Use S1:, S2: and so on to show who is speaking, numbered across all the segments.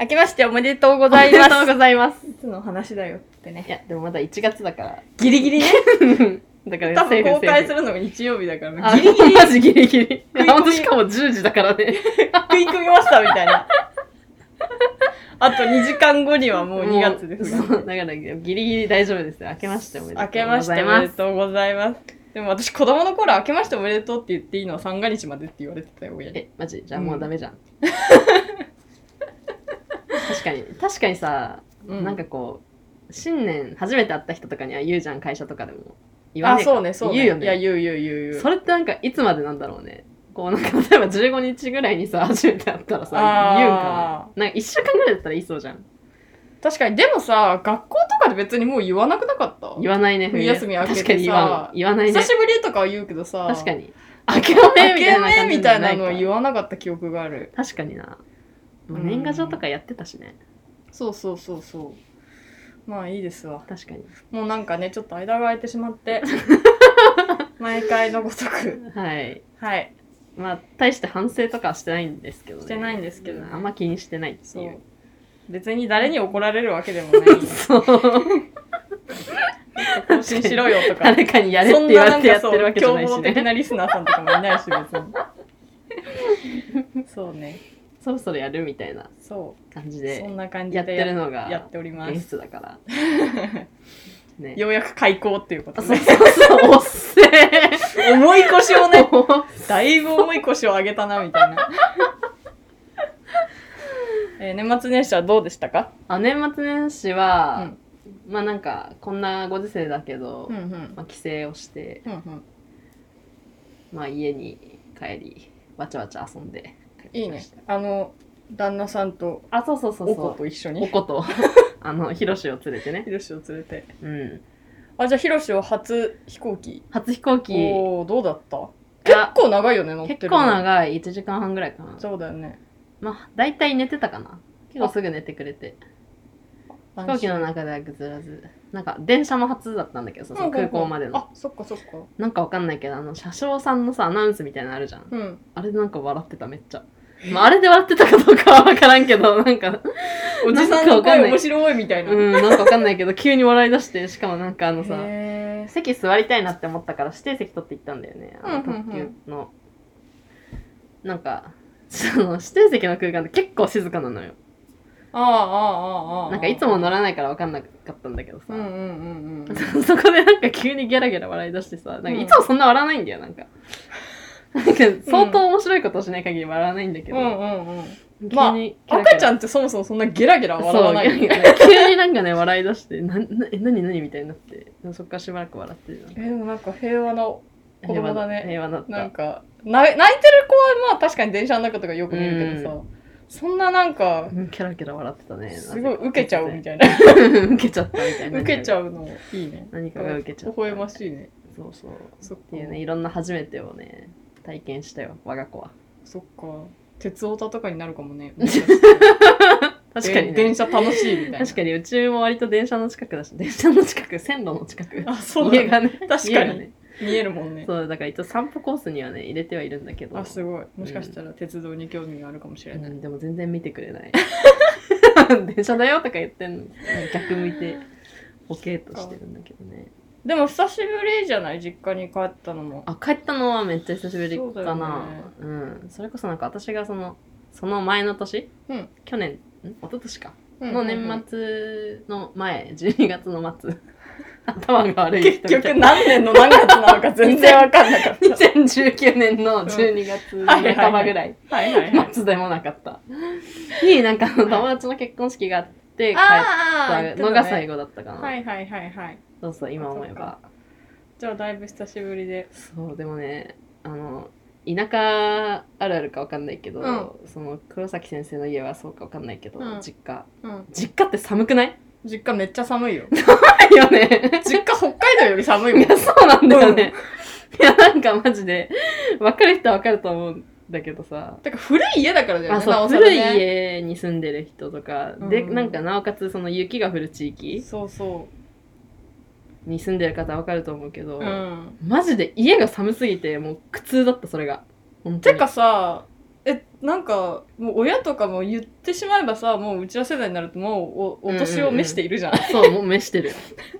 S1: 明けましておめでとうございます。
S2: おめでとうございます。
S1: いつの話だよってね
S2: い。や、でもまだ1月だ から。
S1: ギリギリね。
S2: だから
S1: 多分公開す
S2: る。
S1: るのが日曜日だから
S2: あ
S1: ね、ギリギリ
S2: マジギリギリ。
S1: 込み
S2: あ、ほんとしかも10時だから
S1: 食
S2: ね。
S1: い込みましたみたいな。あと2時間後には もう2月ですが
S2: もうそうだからギリギリ大丈夫ですよ。明けましておめでとう
S1: 明
S2: ござ
S1: け
S2: いま。
S1: ますしておめでとうございます。でも私子供の頃明けましておめでとうって言っていいのは三が日までって言われてたよ、親に。
S2: え、マジじゃあもうダ メじゃん。確かに、確かにさ、
S1: うん
S2: なんかこう、新年初めて会った人とかには言うじゃん、会社とかでも。言わねえか
S1: あ、そうね、そうね。
S2: 言うよね。
S1: いや、言う言う言う言う。
S2: それってなんかいつまでなんだろうねこうなんか例えば15日ぐらいにさ初めて会ったらさ
S1: あー
S2: 言うんかななんか1週間ぐらいだったら言いそうじゃん
S1: 確かに、でもさ、学校とかで別にもう言わなくなかった
S2: 言わないね
S1: 冬休み明けてさ
S2: 確かに言わん言わないね
S1: 久しぶりとかは言うけどさ、
S2: 確かに明け
S1: 明
S2: おめみた
S1: け
S2: いな感
S1: め
S2: じ
S1: み
S2: じ
S1: た
S2: ゃ
S1: い
S2: な
S1: ないの
S2: か
S1: は言わなかった記憶がある。
S2: 確かにな、まあ
S1: うん
S2: 年賀状とかやってたしね
S1: そうそうそうそう。まあいいですわ。
S2: 確かに
S1: もうなんかね、ちょっと間が空いてしま って、毎回のごとく。
S2: はい
S1: はい。
S2: まあ大して反省とかはしてないんですけどね
S1: してないんですけどね
S2: あんま気にしてないって
S1: そ
S2: いうう。
S1: 別に誰に怒られるわけでもない。
S2: そう
S1: 更新しろよとか。
S2: 誰かにやれって言われてやってるわけじゃ
S1: そん
S2: な
S1: ないんかそう、
S2: し
S1: 凶暴的
S2: ね
S1: なリスナーさんとかもいないし、別に。そうね。
S2: そろそろやるみたいな
S1: そ
S2: 感
S1: う。
S2: じで
S1: そんな感じ
S2: やって
S1: で
S2: る
S1: や
S2: のが
S1: やっておりま
S2: 演
S1: す。
S2: 出だ から。ね、
S1: ようやく開校っていうこ
S2: あ
S1: と
S2: そう
S1: ね。
S2: そうそう、おっせえ。
S1: 重い腰をね、
S2: もう
S1: だいぶ重い腰を上げたな、みたい な。えー年末年始はどうでしたか
S2: あ年末年始は、まあなんか、こんなご時世だけど、
S1: うんうん。
S2: まあ、帰省をして、
S1: うんうん。
S2: まあ家に帰り、わちゃわちゃ遊んで。
S1: いいね。あの、旦那さんと、
S2: あ、そうそうそう
S1: お
S2: そ
S1: 子
S2: う。
S1: と一緒
S2: お
S1: に、
S2: こと、あの、ひろしを連れてね
S1: ひ。ろしを連れて。
S2: うん。
S1: あ、じゃあ、ひろしを初飛行機。
S2: 初飛行機
S1: おおどうだった
S2: が
S1: 結構長いよね、乗ってる。
S2: 結構長い、1時間半ぐらいかな。
S1: そうだよね。
S2: まあ、だいたい寝てたかな。結構すぐ寝てくれて。飛行機の
S1: 安
S2: 中ではぐずらず。なんか、電車も初だったんだけどさ、
S1: 心
S2: その空港までの。
S1: あ、そっかそっか。
S2: なんかわかんないけど、あの、車掌さんのさ、アナウンスみたいなのあるじゃん。
S1: うん。
S2: あれでなんか笑ってた、めっちゃ。まあ、あれで笑ってたかどうかはわからんけ ど、なんか、
S1: おじさん
S2: なんか
S1: の
S2: わかんな
S1: 声
S2: い
S1: 面白いみたいな。
S2: うん、なんかわかんないけど、急に笑い出して、しかもなんかあのさ、
S1: へー
S2: 席座りたいなって思ったから指定席取って行ったんだよね。あ
S1: うん
S2: の
S1: うんうん
S2: 特急の。なんか、その指定席の空間って結構静かなのよ。
S1: ああ、ああ、ああ。
S2: なんかいつも乗らないからわかんなかったんだけどさ。
S1: うんうんうんうん。
S2: そこでなんか急にギャラギャラ笑い出してさ、なんかいつもそんな笑わないんだよ、なん か。なんか相当面白いことをしない限り笑わないんだけ
S1: う
S2: ど、
S1: んうんうん。
S2: 急に
S1: まあ
S2: キラキラ
S1: 赤ちゃんってそもそもそんなゲラゲラ笑わない
S2: そう
S1: よ
S2: ギャ
S1: ね。
S2: ラギラ急になんかね、笑い出して、な、な、え、なになにみたいになって、そっからしばらく笑ってる
S1: え、でもなんか平和な、子供だね
S2: 平和だった。
S1: なんか、な泣いてる子はまあ確かに電車の中とかよく見るけどさ、そんななんか、
S2: うんキャラキャラ笑ってたね。
S1: すごい受けちゃうみ
S2: た
S1: たいな。
S2: い な。受けちゃったみたい な。
S1: 受けちゃ
S2: う。
S1: うのいいね。
S2: 何かが受けちゃった。
S1: 微笑ましいね。
S2: そうそう。っ
S1: そってか
S2: いう。ね、いろんな初めてをね、体験したよ、我が子は。
S1: そっか。鉄オタとかになるかも ね。
S2: 確かにね。
S1: 電車楽しいみたいな。
S2: 確かに、うちも割と電車の近くだし、電車の近く、線路の近く。
S1: あ、そうだ
S2: 家
S1: ね、
S2: がね、
S1: 確
S2: 家
S1: か
S2: が
S1: に
S2: ね。
S1: 見えるもんね。
S2: そう、だから一応散歩コースにはね、入れてはいるんだけど。
S1: あ、すごい。もしかしたら鉄道に興味があるかもしれ
S2: う
S1: ない。
S2: ん、でも全然見てくれない。 電車だよとか言ってんのに逆向いて、ボケーっとしてるんだけどね。
S1: でも久しぶりじゃない実家に帰ったのも。
S2: あ、帰ったのはめっちゃ久しぶり
S1: そうだ
S2: か
S1: よ
S2: な。
S1: ね
S2: うん。それこそなんか私がその、その前の年、
S1: うん
S2: 去年、ん一昨年か。
S1: うん
S2: の年末の前、12月の末。 頭が悪い人み
S1: 結
S2: たいな
S1: 局何年の何月なのか全然わかんなかった。
S2: 2019年の12月の半ばぐらい、
S1: はいはいはい。
S2: 末でもなかった。に、なんかあの友達の結婚式があって、帰ったのが最
S1: 後。
S2: 後だったかな。
S1: はいはいはいはい。
S2: そうそう、今思えば。
S1: じゃあだいぶ久しぶりで。
S2: そう、でもね、あの、田舎あるあるかわかんないけど、
S1: う
S2: その黒崎先生の家はそうかわかんないけど、
S1: うん
S2: 実家。
S1: うん。
S2: 実家って寒くない
S1: 実家めっちゃ寒いよ。
S2: ないよね。
S1: 実家北海道より寒いも
S2: い
S1: ん。
S2: や、そうなんだよね。いや、なんかマジで、わかる人はわかると思うんだけどさ、
S1: てか古い家だからだよ
S2: あ
S1: ね。な
S2: そう
S1: おさら
S2: 古い
S1: ね
S2: 家に住んでる人とか、で
S1: うん
S2: なんかなおかつその雪が降る地域
S1: そうそ
S2: に住んでる方はわかると思うけど、
S1: う。うん。
S2: マジで家が寒すぎてもう苦痛だったそれが本当
S1: て
S2: に
S1: かさ、え、なんかもう親とかも言ってしまえばさもううちら世代になるともうおお年を召しているじゃん,、
S2: そう、もう飯してるよ。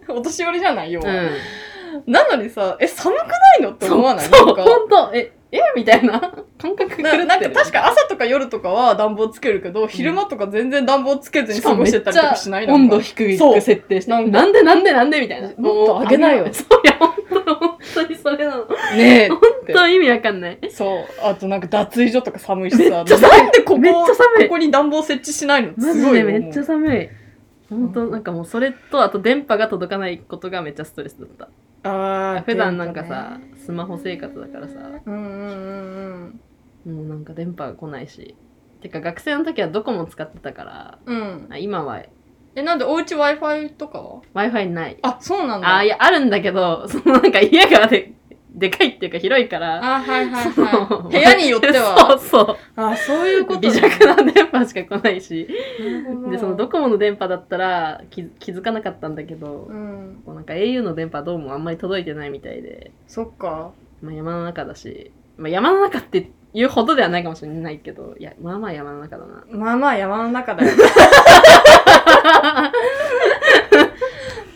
S1: お年寄りじゃないよ、
S2: うん。
S1: なのにさえ寒くないのって思わない
S2: そう、
S1: なんか
S2: ほんと、え、えみたいな感覚狂って
S1: な
S2: る。
S1: なんか確か朝とか夜とかは暖房つけるけど、昼間とか全然暖房つけずに
S2: し
S1: 過
S2: かも
S1: ご
S2: め
S1: し
S2: って
S1: た
S2: ち
S1: りと
S2: ゃ
S1: かしないの
S2: 温度低
S1: そう
S2: く設定して、
S1: なんか
S2: なんでなんでなんでみたいな。
S1: もっと
S2: う
S1: 上げなよ
S2: そうや、本当本当にそれなの。本
S1: ねえって
S2: 当意味わかんない。
S1: そうあとなんか脱衣所とか寒いしさ
S2: めっちゃ寒い
S1: なんでここ
S2: めっちゃ寒い
S1: ここに暖房設置しないの
S2: マ
S1: す
S2: ジ
S1: ごい
S2: で
S1: よ
S2: めっちゃ
S1: も
S2: 寒い。本当なんかもうそれと、あと電波が届かないことがめっちゃストレスだった。
S1: うあー
S2: 普段なんかさ、スマホ生活だからさ、も
S1: うんうんうん
S2: うなんか電波が来ないし。てか学生の時はドコモ使ってたから、
S1: うんうん
S2: あ今は
S1: えなんでおうち w i f i とかは
S2: Wi-Fi ない。
S1: あそうなんだ
S2: あ、いや、あるんだけど、そのなんか家がで、でかいっていうか広いから、
S1: あはいはい
S2: その
S1: はい部屋によっては
S2: そうそう。
S1: あそういうこと
S2: 微
S1: ね、
S2: 弱な電波しか来ないし。
S1: なるほど
S2: で、そのドコモの電波だったら気気づかなかったんだけど、
S1: うん
S2: こうなんか au の電波どうもあんまり届いてないみたいで、
S1: そっか
S2: まあ山の中だし、まあ山の中って言うほどではないかもしれないけど、いや、まあまあ山の中だな。
S1: まあまあ山の中だよ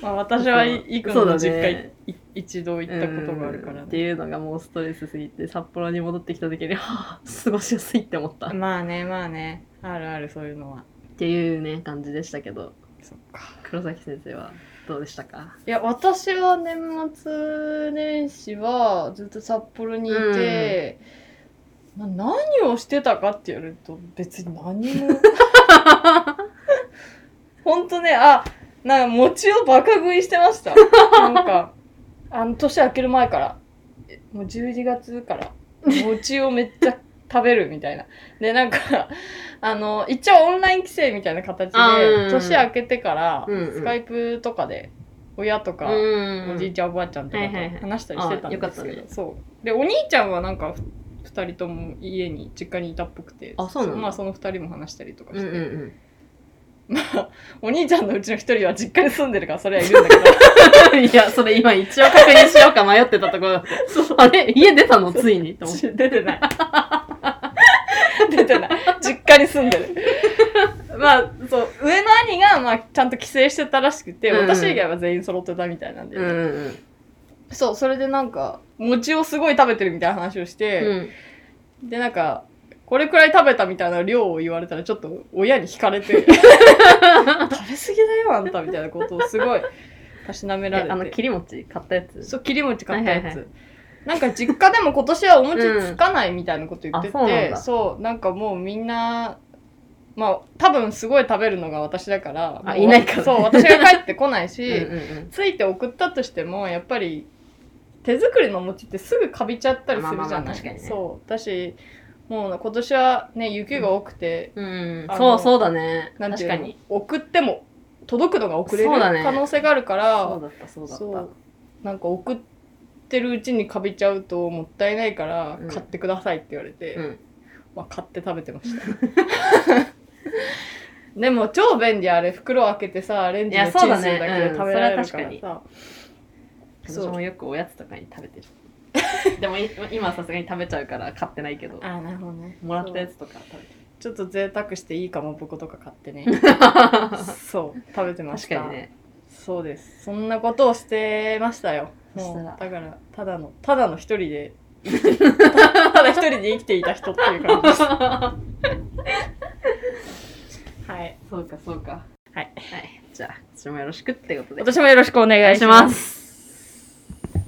S1: まあ私はイク
S2: そ
S1: の
S2: うだね
S1: 実家、い一度行ったことがあるから
S2: うんって
S1: ね
S2: いうのがもうストレスすぎて、札幌に戻ってきた時に、はぁ、過ごしやすいって思った。っ
S1: まあねまあねあるあるそういうのは
S2: ていうね、感じでしたけど。
S1: そっか
S2: 黒崎先生はどうでしたか
S1: いや私は年末年始はずっと札幌にいて、な何をしてたかって言われると別に何 もほんとねあなんか餅をバカ食いしてましたなんかあの年明ける前からえもう12月から餅をめっちゃ食べるみたいなでなんかあの一応オンライン規制みたいな形で
S2: あーうん
S1: 年明けてから、
S2: うんうん
S1: スカイプとかで親とか、
S2: ん
S1: おじいちゃんおばあちゃんとか
S2: はいはいはい
S1: と話したりしてたんですけ
S2: あよかった
S1: ど、
S2: ね
S1: そうでお兄ちゃんはなんか2人とも家に実家にいたっぽくて
S2: あそうなんだ
S1: まあその2人も話したりとか
S2: うんう
S1: し
S2: ん
S1: て、
S2: うん
S1: お兄ちゃんのうちの1人は実家に住んでるからそれはいるんだけど
S2: いや、それ今一応確認しようか迷ってたところだったあれ家出たのついに と思って。
S1: 出てない出てない実家に住んでる まあそう上の兄が、まあ、ちゃんと帰省してたらしくて、
S2: うんうん
S1: 私以外は全員揃ってたみたいなんで、
S2: うんうん
S1: そうそれでなんか餅をすごい食べてるみたいな話をして、
S2: うん。
S1: でなんかこれくらい食べたみたいな量を言われたらちょっと親に惹かれて食べ過ぎだよあんたみたいなことをすごいたしなめ
S2: え
S1: られて
S2: あの、切り餅買ったやつ。
S1: そう切り餅買ったやつ、
S2: はいはいは
S1: なんか実家でも今年はお餅つかないみたいなこと言ってて、
S2: うんあそうなんだ
S1: そうなんかもうみんなまあ多分すごい食べるのが私だから
S2: あ
S1: もう
S2: いないからね
S1: そう私が帰ってこない し、
S2: うんうんうん
S1: ついて送ったとしてもやっぱり手作りの餅ってすぐかびちゃったりするじ
S2: まあまあ
S1: ゃ
S2: ま
S1: な
S2: あ
S1: い
S2: 確かにね
S1: そうだしもう今年はね雪が多くて、
S2: うん
S1: あの
S2: そうそうだね。
S1: なんてい
S2: 確
S1: う
S2: か
S1: の
S2: に。
S1: 送っても届くのが遅れる
S2: そうだね
S1: 可能性があるから
S2: そうだった、そうだっ
S1: そうなんか送ってるうちにかびちゃうともったいないから
S2: うん
S1: 買ってくださいって言われて、
S2: た。うん。
S1: まあ、買って食べてました でも超便利あれ袋開けてさレンジ
S2: い
S1: で
S2: や
S1: チ
S2: そう
S1: ン
S2: だ
S1: す
S2: ね
S1: るだけで食べられるから
S2: うんそれ
S1: さ、
S2: は確私
S1: そう
S2: もよくおやつとかに食べて る。でもい今はさすがに食べちゃうから買ってないけど。
S1: あなるほどね
S2: もらったやつとか食べてる。
S1: ちょっと贅沢していいかまぼことか買って ね
S2: 確
S1: そう食べてました
S2: かにね。
S1: そうですそんなことをしてましたよも
S2: そうしたら
S1: だからただのただの一人でただ一人で生きていた人っていう感じです はい
S2: そうか、そうか。
S1: はい。
S2: はい。じゃあ、私もよろしくってことで。
S1: 私もよろしくお願いします
S2: す。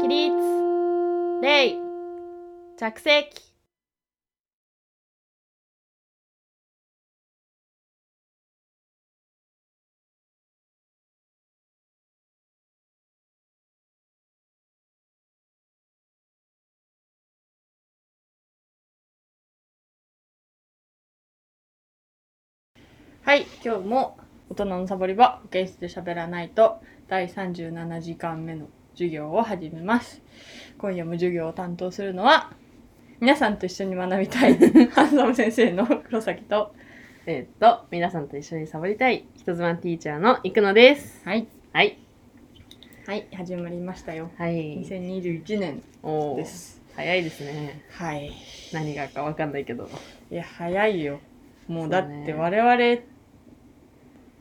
S1: 起立礼着席はい今日もお大人のサボり場保健室で喋らないと第37時間目の授業を始めます今夜も授業を担当するのは皆さんと一緒に学び たいハンサム先生の黒崎と
S2: えーっと、皆さんと一緒にサボりたい、人妻ティーチャーのいくのです。
S1: はい
S2: はい。
S1: はい始まりましたよ
S2: はい。
S1: 2021年
S2: お
S1: で
S2: ー
S1: す
S2: 早いですね。
S1: はい
S2: 何がかわかんないけど。
S1: いや早いよもうだって
S2: そうね
S1: 我々、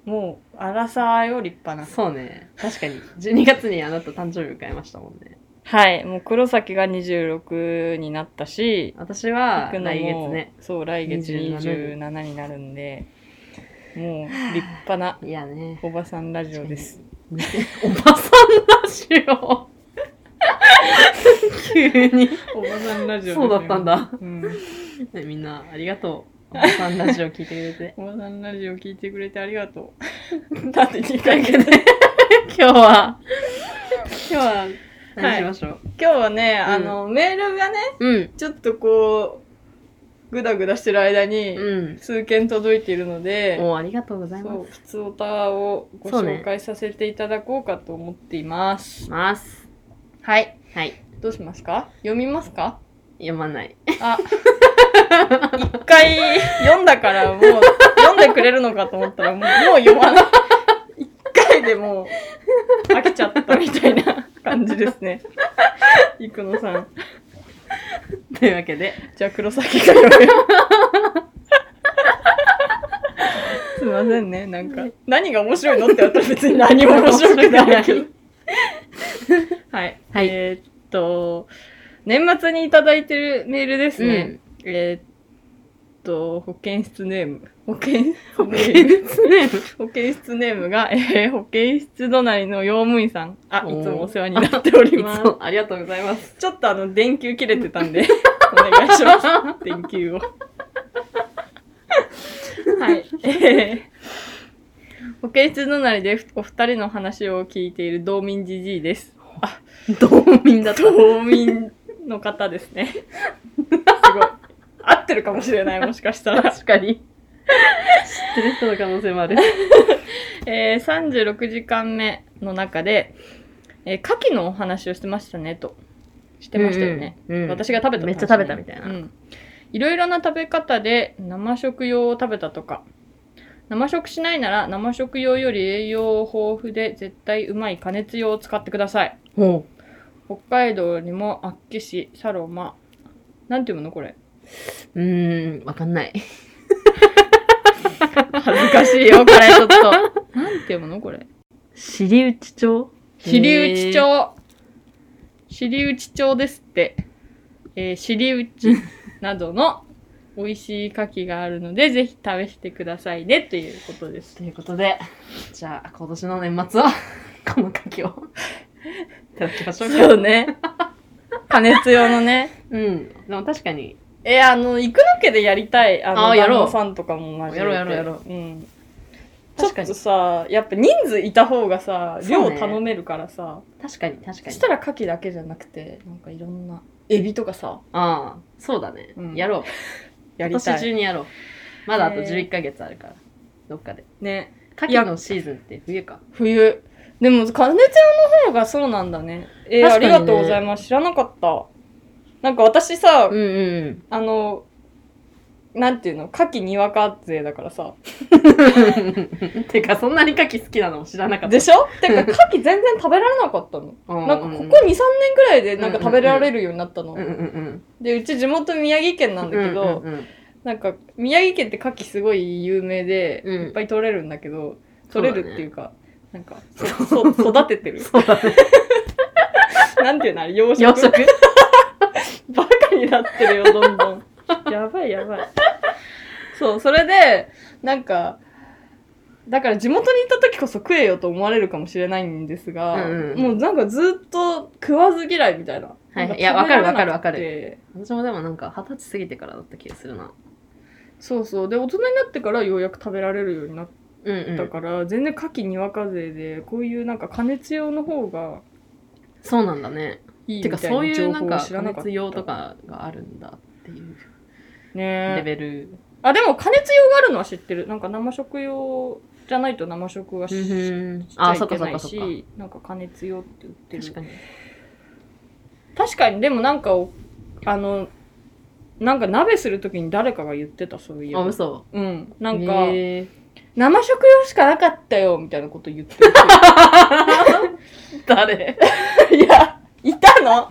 S1: もう荒さよ立派な
S2: そうね。確かに。12月にあなた誕生日迎えましたもんね。
S1: はいもう黒崎が26になったし
S2: 私
S1: 行
S2: は、
S1: くのも
S2: 来月ね。
S1: そう来月
S2: 27
S1: 27になるんでもう立派ない
S2: やね。
S1: おばさんラジオです
S2: おばさんラジオ 急に。
S1: おばさんラジオです
S2: そうだったん、だ。
S1: うん、
S2: ねみんな、ありがとう。おばさんラジオ聞いてくれて。
S1: おばさんラジオ聞いてくれてありがとうだって2
S2: とい
S1: 回
S2: うわ
S1: 目
S2: けで今日は、今日は、何しましょう、
S1: 今日はねあの、メールがね
S2: うん。
S1: ちょっとこうグダグダしてる間に、
S2: うん。
S1: 数件届いているので、
S2: おありがとうござい
S1: そ
S2: ま
S1: う、普通おたをご
S2: そうね
S1: 紹介させていただこうかと思っています。
S2: す。ます。
S1: はい。
S2: はい。
S1: どうしますか読みますか
S2: 読まない。
S1: あ、一回読んだからもう、読んでくれるのかと思ったらもう、もう読まない。一回でもう、飽きちゃったみたいな感じですね。生野さん。
S2: というわけで、
S1: じゃあ黒崎が読むよ。すいませんね、なんか。何が面白いのって私別に何も面白くない。はい。
S2: はい
S1: えーっと、年末にいただいてるメールですね。えーっと、保健室ネーム。保健、
S2: 保健室ネーム。
S1: 保健室ネームが、えー保健室隣の用務員さん。あ、い
S2: おー
S1: つもお世話になっており
S2: い
S1: ま
S2: つ
S1: す。
S2: もありがとうございます。
S1: ちょっとあの、電球切れてたん で、お願いします。電球を。はい。えー、 保健室隣でお二人の話を聞いている道民じじいです。
S2: 道民だった。
S1: 道民の方ですね。すごい。合ってるかもしれない、もしかしたら。
S2: 確かに。知ってる人の可能性もある。
S1: えー、36時間目の中で、えー、牡蠣のお話をしてましたね、と。してましたよね。
S2: うん。うん
S1: 私が食べた
S2: めっちゃ食べたみたいな
S1: うんいろいろな食べ方で生食用を食べたとか生食しないなら生食用より栄養豊富で絶対うまい加熱用を使ってください
S2: ほ
S1: 北海道にも厚岸サロマなんていうのこれ
S2: う。うーん、わかんない。
S1: 恥ずかしいよこれちょっと なんていうのこれ
S2: 尻打ち帳
S1: 尻打ち帳尻打ち帳ですって、えー、尻打ちなど の美味しい牡蠣があるのでぜひ試してくださいねということです
S2: ということで、じゃあ、今年の年末は、 この牡蠣を、いただきましょうか。
S1: う ね加熱用のね
S2: うん。でも確かに、
S1: えあの行くのけでやりたいあの
S2: あやろ
S1: 旦
S2: う
S1: 那さんとかも交えて
S2: やろうやろうやろ
S1: う、ん、ちょっ
S2: 確かに
S1: とさやっぱ人数いた方がさ
S2: そう
S1: 量
S2: ね
S1: 頼めるからさ
S2: 確かに確
S1: そ,、
S2: かに
S1: し。たら牡蠣だけじゃなくてなんかいろんなエビとかさ
S2: ああ、そうだね。
S1: うん
S2: やろう。
S1: や
S2: 今
S1: りた
S2: 年
S1: い
S2: 中にやろう。まだあと
S1: えー
S2: 11ヶ月あるから、どっかで。
S1: ね
S2: 牡蠣のシーズンって冬か。
S1: 冬でも加熱用の方がそうなんだねえー
S2: 確
S1: あ
S2: かにね
S1: りがとうございます知らなかったなんか私さ、
S2: うんうん。
S1: あのなんていうの牡蠣にわか勢だからさ
S2: てか、そんなに牡蠣好きなのも知らなかった。
S1: でしょてか牡蠣全然食べられなかったの
S2: うん
S1: なんかここ23年ぐらいでなんか食べられるようになったの、
S2: うんうんうん。
S1: でうち地元宮城県なんだけど、
S2: うんうんうん
S1: なんか宮城県って牡蠣すごい有名で、
S2: うん
S1: いっぱい取れるんだけど
S2: そう
S1: 取
S2: だ
S1: れ
S2: ね
S1: るっていうかなんかそ そ育ててる
S2: そうだね。
S1: なんていうのあれ養殖
S2: 洋食
S1: バカになってるよ、どんどん。やばいやばい。そう、それで、なんか、だから地元に行った時こそ食えよと思われるかもしれないんですが、
S2: うんうん
S1: もうなんかずっと食わず嫌いみたいな。
S2: はい
S1: なん
S2: いや
S1: 食べれなくて
S2: わかるわかるわか。 私もでもなんか、二十歳過ぎてからだった気がするな。
S1: そうそう。で、大人になってからようやく食べられるようになっ
S2: うんう
S1: た
S2: ん。
S1: から、全然牡蠣にわか勢で、こういうなんか加熱用の方が
S2: そうなんだね。
S1: いい
S2: て
S1: み
S2: か
S1: たい
S2: そう
S1: ない情
S2: うな
S1: 報
S2: ん
S1: を
S2: か
S1: 知
S2: 加
S1: らなかった。
S2: 熱用とかがあるんだっていうレ
S1: ねえ。
S2: ベル
S1: あ、でも加熱用があるのは知ってる。なんか生食用
S2: じ
S1: じゃないと生食はし,、
S2: うん
S1: ち。ゃ
S2: あ、
S1: い
S2: そっ
S1: け
S2: かそ
S1: ない
S2: っかそっ
S1: し
S2: か。
S1: なんか加熱用って売ってる
S2: 確かに。
S1: 確かにでもなんかおあのなんか鍋するときに誰かが言ってたそういえ
S2: あ、
S1: ば
S2: 嘘。
S1: うんなんか、
S2: へー
S1: 生食用しかなかったよみたいなこと言ってる
S2: 誰
S1: いやいたの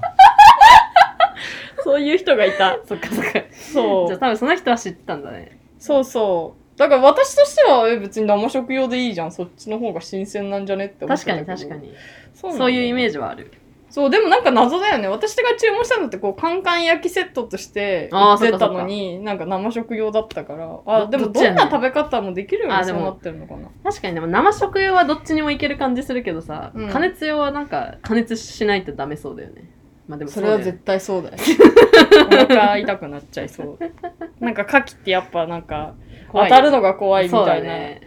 S1: そういう人がいた
S2: そっかそっか。じ
S1: そう
S2: ゃあ多分その人は知ったんだね。
S1: そうそう。だから私としては、え、別に生食用でいいじゃん。そっちの方が新鮮なんじゃねって思っ
S2: 確
S1: てた
S2: か
S1: け
S2: に
S1: ど。
S2: 確か。に。
S1: そう
S2: そういうイメ
S1: ジ。
S2: ージはある。
S1: そう、でもなんか謎だよね。私が注文したのって、こう、カンカン焼きセットとして
S2: あ
S1: 売
S2: ー
S1: ってたのに、なんか生食用だったから。あ、
S2: ど
S1: でも
S2: どっ
S1: ど
S2: ちや
S1: ん
S2: ねん
S1: な食べ方もできるよう
S2: あ
S1: に
S2: で
S1: そう
S2: も
S1: なってるのかな。
S2: 確かにでも生食用はどっちにもいける感じするけどさ、
S1: うん
S2: 加熱用はなんか加熱しないとダメそうだよねまあでも
S1: そうれ
S2: だよ
S1: は
S2: ね
S1: 絶対そうだよ。お腹痛くなっちゃいそう。 なんか牡蠣ってやっぱなんか、当
S2: 怖い
S1: たるのが怖いみ
S2: そう
S1: た
S2: だ
S1: いな。
S2: ね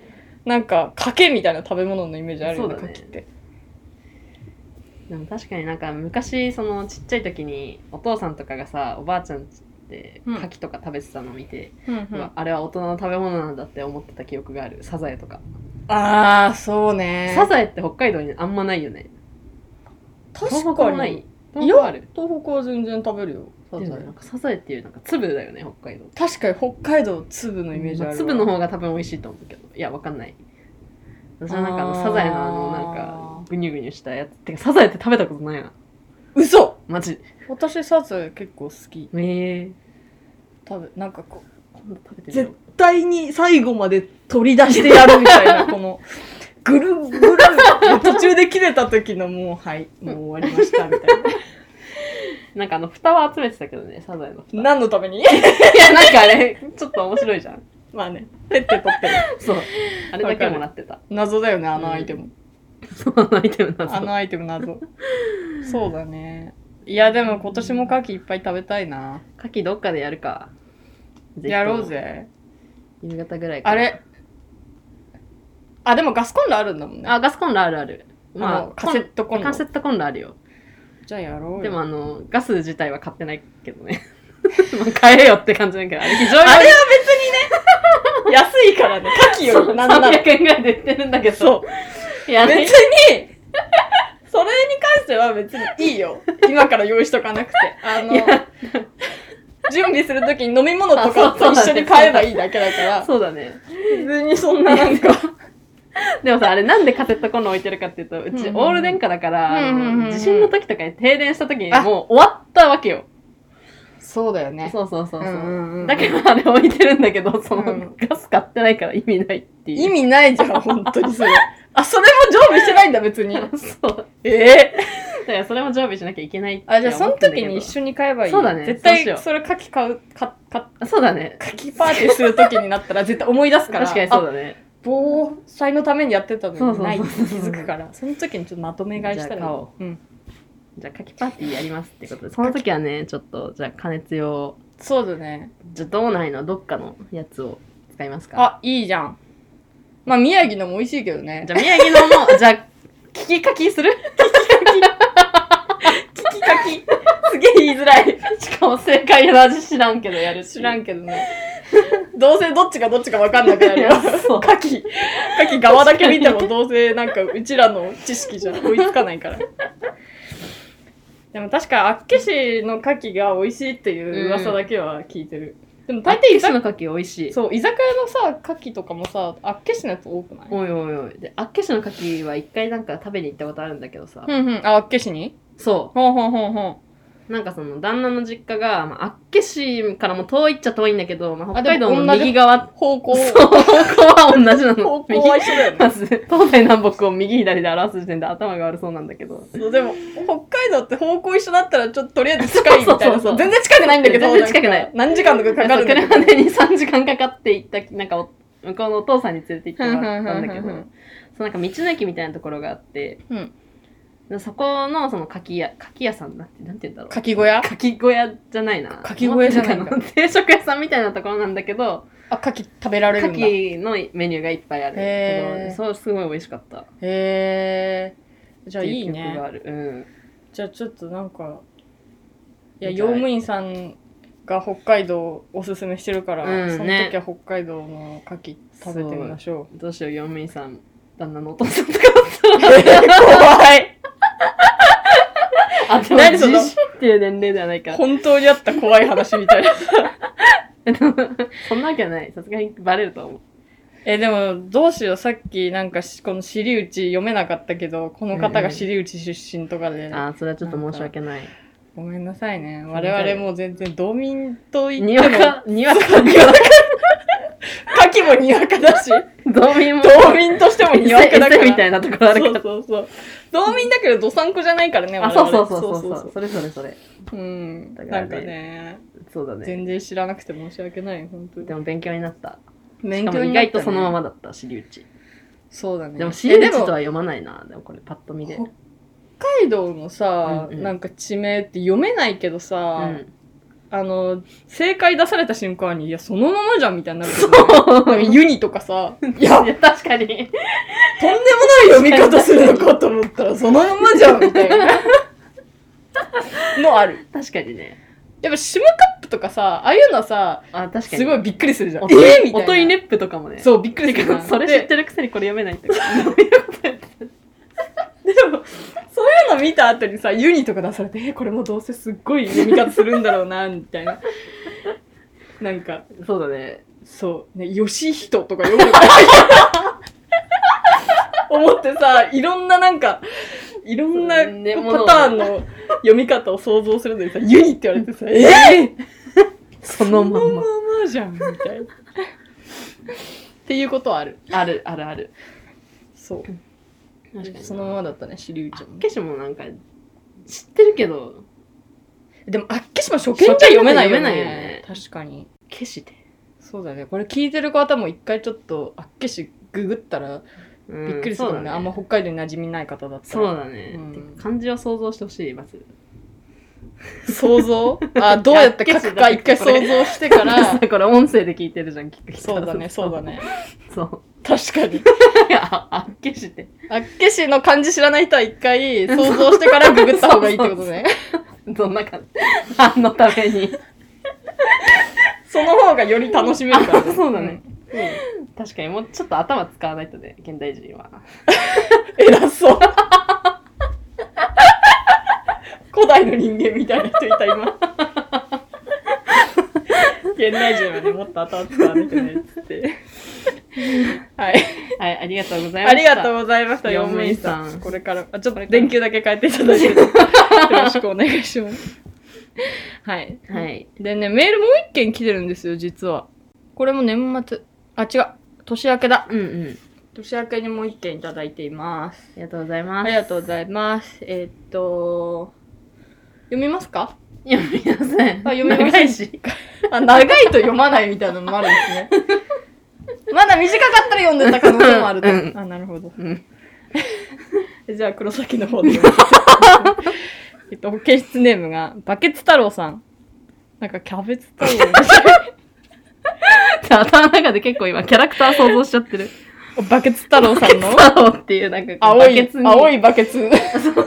S1: なんか、賭けみたいな食べ物のイメージあるよね、
S2: そうだ
S1: 牡
S2: ね
S1: 蠣って。
S2: でも確かになんか昔そのちっちゃい時にお父さんとかがさおばあちゃんちで
S1: うん
S2: 牡蠣とか食べてたのを見て、
S1: うんう
S2: うわあれは大人の食べ物なんだって思ってた記憶があるサザエとか、
S1: ああ、そうね。
S2: サザエって北海道にあんまないよね
S1: 確
S2: 東北
S1: か
S2: もない
S1: に。
S2: 東北はある
S1: 東北は全然食べるよ。サ
S2: で
S1: ザ
S2: も
S1: エ
S2: なんかサザエっていうなんか粒だよね北海道
S1: 確かに北海道粒のイメージある
S2: ま
S1: わ。
S2: あ粒の方が多分美味しいと思うけどいやわかんない私はなんかあの
S1: あー
S2: サザエのあのなんかグニュグニュしたやつてかサザエって食べたことないな
S1: 嘘
S2: マジ
S1: 私サザエ結構好き。
S2: ええ
S1: 多分なんかこう、
S2: 今度食べてみよ
S1: 絶対に最後まで取り出してやるみたい な、この、ぐるんぐるん、途中で切れた時のもう、はい、もう終わりました、みたい
S2: うんなんかあの蓋は集めてたけどねサザエの蓋
S1: な。
S2: い
S1: 何のために
S2: やなんかあれちょっと面白 いじゃん
S1: まあね、ペッて取ってる。
S2: そうあれだけもらってた
S1: 謎だよね、あのアイテム。
S2: そうあのアイテムなん
S1: あのアイテム謎。そうだね。いや、でも今年も牡蠣いっぱい食べたいな。
S2: 牡蠣どっかでやるかぜひとも
S1: やろうぜ。
S2: 夕方ぐらいから
S1: あれあ、でもガスコンロあるんだもんね。
S2: あガスコンロあるある
S1: まあ
S2: ま
S1: の、
S2: あ
S1: カセットコンロ
S2: カ。セットコンロあるよ
S1: じゃあやろうよ。
S2: でもあの、ガス自体は買ってないけどね。 まあ、買えよって感じだけど、あれ非常に
S1: あれは別にね、 安いからね。牡蠣よ、なんなら。
S2: 300円ぐらいで売ってるんだけど。
S1: そう。
S2: いや、
S1: 別に、 それに関しては別にいいよ。今から用意しとかなくて。あの
S2: い、や
S1: 準備するときに飲み物とか
S2: あそ
S1: と
S2: うそう
S1: 一緒に買えばいいだけだから、
S2: そうだね。
S1: 別にそんななんか。
S2: でもさ、あれなんでカセットコンロ置いてるかっていうと、う
S1: うんうん
S2: ち
S1: うん
S2: オール電化だから、あ
S1: うんうんうんう
S2: の
S1: ん
S2: 地震の時とかに停電した時に
S1: あ
S2: もう終わったわけよ。
S1: そうだよね。
S2: そうそうそうそう。
S1: うんうんうんうん
S2: だからあれ置いてるんだけど、その、
S1: うん
S2: ガス買ってないから意味ないっていう。
S1: 意味ないじゃん、本当にそ れ。あ、それも常備してないんだ、別に。
S2: そう。
S1: ええ
S2: だからそれも常備しなきゃいけないって
S1: あ、じゃあその時に一
S2: 緒
S1: 緒に買えばいい。
S2: そうだね
S1: 絶
S2: そうし
S1: 対、
S2: よう
S1: それ牡蠣買う、か、か、
S2: そうだね。
S1: 牡蠣パーティーする時になったら絶対思い出すから。
S2: 確かにそう
S1: あ
S2: だね。
S1: 防災のためにやってた
S2: そ
S1: の
S2: う
S1: に
S2: そうそう
S1: ないって気づくから。その時にちょっとまとめ買いした
S2: じゃ
S1: ら
S2: あ買おう。
S1: うん。
S2: じゃあ、カキパーティーやりますってことで、その時はね、ちょっと、じゃあ、加熱用、
S1: そうだね。
S2: じゃあ、道内のどっかのやつを使いますか。
S1: あ、いいじゃん。まあ、宮城のも美味しいけどね
S2: じ。ゃあ、宮城のも、じゃあ、キキカキ する
S1: キキカキ。すげえ言いづらい。
S2: しかも、正解の味知らんけどやる
S1: 知らんけど ね。どうせどっちがどっちか分かんなくなるよ。
S2: そう
S1: カキ、カキ側だけ見てもどうせなんかうちらの知識じゃ追いつかないから。でも確か、あっけしのカキが美味しいっていう噂だけは聞いてる。でも大
S2: 大
S1: 抵
S2: 抵、
S1: 居
S2: 石
S1: 酒
S2: のカキ美味しい。
S1: そう、居酒屋のさ、カキとかもさ、あっけしのやつ多くない
S2: おいおいおい。で、あっけしのカキは一回なんか食べに行ったことあるんだけどさ、
S1: んうん、ああっけしに
S2: そ
S1: ほんほんほんほん。
S2: う。なんかその、旦那の実家が、まあ、あっけしからも遠いっちゃ遠いんだけど、まあ、北海道の
S1: あでも同じ
S2: 右側、
S1: 方向、
S2: そう、方向は同じなの。
S1: 方向は一緒だよね。
S2: まず 東西南北を右左で表す時点で頭が悪そうなんだけど
S1: そうでも北海道って方向一緒だったらちょっととりあえず近いみたいな
S2: そうそうそう
S1: 全然近くないんだけど
S2: 全然近くない
S1: んか何時間とかかかるんだけど
S2: 車で23時間かかって行ったなんかお向こうのお父さんに連れて行ってもらったんだけど
S1: うんうんうんうん
S2: そうなんか道の駅みたいなところがあって
S1: うん
S2: でそこのその柿屋柿屋さんなんてなんて言うんだろう
S1: かき小屋
S2: 柿小屋じゃないな
S1: 柿小屋じゃないんだ
S2: んか定食屋さんみたいなところなんだけど
S1: あかき食べられるんだへ
S2: 柿のメニューがいっぱいある
S1: へー
S2: そうすごい美味しかった
S1: えじ
S2: じ
S1: ゃあいい
S2: が
S1: ね
S2: あるうん
S1: じゃあちょっとなんかいや
S2: 見たい
S1: 用務員さんが北海道をおすすめしてるから、
S2: うん
S1: その
S2: ね
S1: 時は北海道の牡蠣食べてみましょう。
S2: どうしよう、嫁員さん、旦那のお父さんとか。
S1: 怖い
S2: あ、でも、
S1: 何そ
S2: 自
S1: の
S2: 身っていう年齢ではないか ら。
S1: 本当にあった怖い話みたいな。
S2: そんなわけない。さすがにバレると思う。
S1: え、でも、どうしよう。さっき、なんかし、この尻内読めなかったけど、この方が尻内出身とかで、
S2: あーそれはちょっと申し訳ない。
S1: ごめんなさいね。
S2: んなさい
S1: 我々もう全然、道民と言
S2: に
S1: っ
S2: わ
S1: ても、
S2: か、にわか、
S1: 牡蠣もにわかだし、
S2: 道民も、
S1: 道民としてもにわかだか
S2: エセ
S1: ら。
S2: みたいなところある
S1: そ
S2: か
S1: う
S2: ら。
S1: そうそう。道民だけど、どさんこじゃないからね、
S2: あ、そうそうそうそうそう。それそれそれ。
S1: う。うん。
S2: だから
S1: な
S2: ね
S1: んかね、
S2: そうだね。
S1: 全然知らなくて申し訳ない、本当に
S2: で。も勉強になった。し
S1: 勉
S2: かも
S1: 強
S2: 意
S1: になったね
S2: 外とそのま。まだった、シリウチ。
S1: そうだね。
S2: でもシリウチ
S1: えで
S2: と
S1: も
S2: は読まないな。でもこれパッと見で。
S1: ほ北海道のさ、
S2: うんうん
S1: なんか地名って読めないけど
S2: う
S1: さ、
S2: ん。
S1: あの、正解出された瞬間に、いや、そのままじゃんみたいになるけど、なんかユニとか さ、いや、とん
S2: いや確かに。
S1: でもない読み方するのかと思ったら、そのままじゃんみた いな。のある。
S2: 確かにね。
S1: やっぱシムカップとかさ、ああいうのはさ、
S2: あ、確かに。
S1: すごいびっくりするじゃん。
S2: 音
S1: えーみたいな。
S2: 音イネップとかもね。
S1: そう、びっくり
S2: て
S1: するじゃ
S2: か
S1: ん。
S2: それ知っ
S1: で
S2: てるくせにこれ読めないってこと。
S1: でも、そういうの見た後にさ、ユニとか出されて、え、これもどうせすっごい読み方するんだろうな、みたいな。なんか、
S2: そうだね。
S1: そう、ね、ヨシヒトとか読む思ってさ、いろんななんか、いろんな
S2: そうね
S1: こ
S2: もの
S1: う
S2: を
S1: パターンの読み方を想像するのにさ、ユニって言われてさ、 えぇ、
S2: そのま
S1: そ
S2: ん
S1: のま。
S2: ま
S1: まじゃん、みたいな。っていうことはある。
S2: ある、ある、ある。
S1: そう。
S2: 確かに。
S1: そのままだったね、シリウ
S2: あ
S1: チ
S2: っ
S1: も。
S2: けしもなんか、知ってるけど、
S1: でも、あっけしも初見じゃ読めないよね。
S2: 初見だと読めないよね
S1: 確かに。
S2: 消して。
S1: そうだね。これ聞いてる方も一回ちょっと、あっけしググったら
S2: び
S1: びっくりするもんね。あんま北海道に馴染みない方だった
S2: そう
S1: ら。
S2: だね。
S1: うん
S2: てか漢字を想像してほしい、まず。
S1: 想像 あ、どうやって書くか一回想像してか ら。
S2: これ音声で聞いてるじゃん、聞く人
S1: そうだね、そうだ。ね。
S2: そう。
S1: 確かに。
S2: あ、あっけして。
S1: あっけしの漢字知らない人は一回想像して からググった方がいいってことね。
S2: どんな感じ何のために。
S1: その方がより楽しめるから、
S2: あそうだね 確かにもうちょっと頭使わないとね、現代人は。
S1: うん。偉そう。古代の人間みたいな人いた 今。現代人はね、もっと頭使わなきゃねっつって。はい。
S2: はい、ありがとうございま
S1: あ
S2: した。
S1: りがとうございました、
S2: 四
S1: 4
S2: 名
S1: 名
S2: さ
S1: さ
S2: ん
S1: ん。これから、あちょっと電球だけ変えていた だいて、よろしくお願いします。はい。
S2: はい。
S1: でね、メールもう一件来てるんですよ、実は。これも年末、あ、違う。年明けだ。
S2: うんうん。
S1: 年明けにもう一件いただいています。
S2: ありがとうござい
S1: あ
S2: ます。
S1: りがとうございます。えーっと、読みますか
S2: 読みません。
S1: あ読みません
S2: 長いし。
S1: あ、長いと読まないみたいなのもあるんです ね。まだ短かったら読んでた可能性もあると。
S2: うん
S1: あ、なるほど。
S2: うん。
S1: じゃあ、黒崎の方でお願いします。えっと、保健室ネームが、バケツ太郎さん。なんか、キャベツ太郎みたい
S2: 頭の中で結構今、キャラクター想像しちゃってる。
S1: なバケツ太郎さん の、
S2: 太郎っていうなんかこう
S1: 青
S2: バケ
S1: い
S2: ツ、に
S1: 青いバケツ。
S2: 青いバ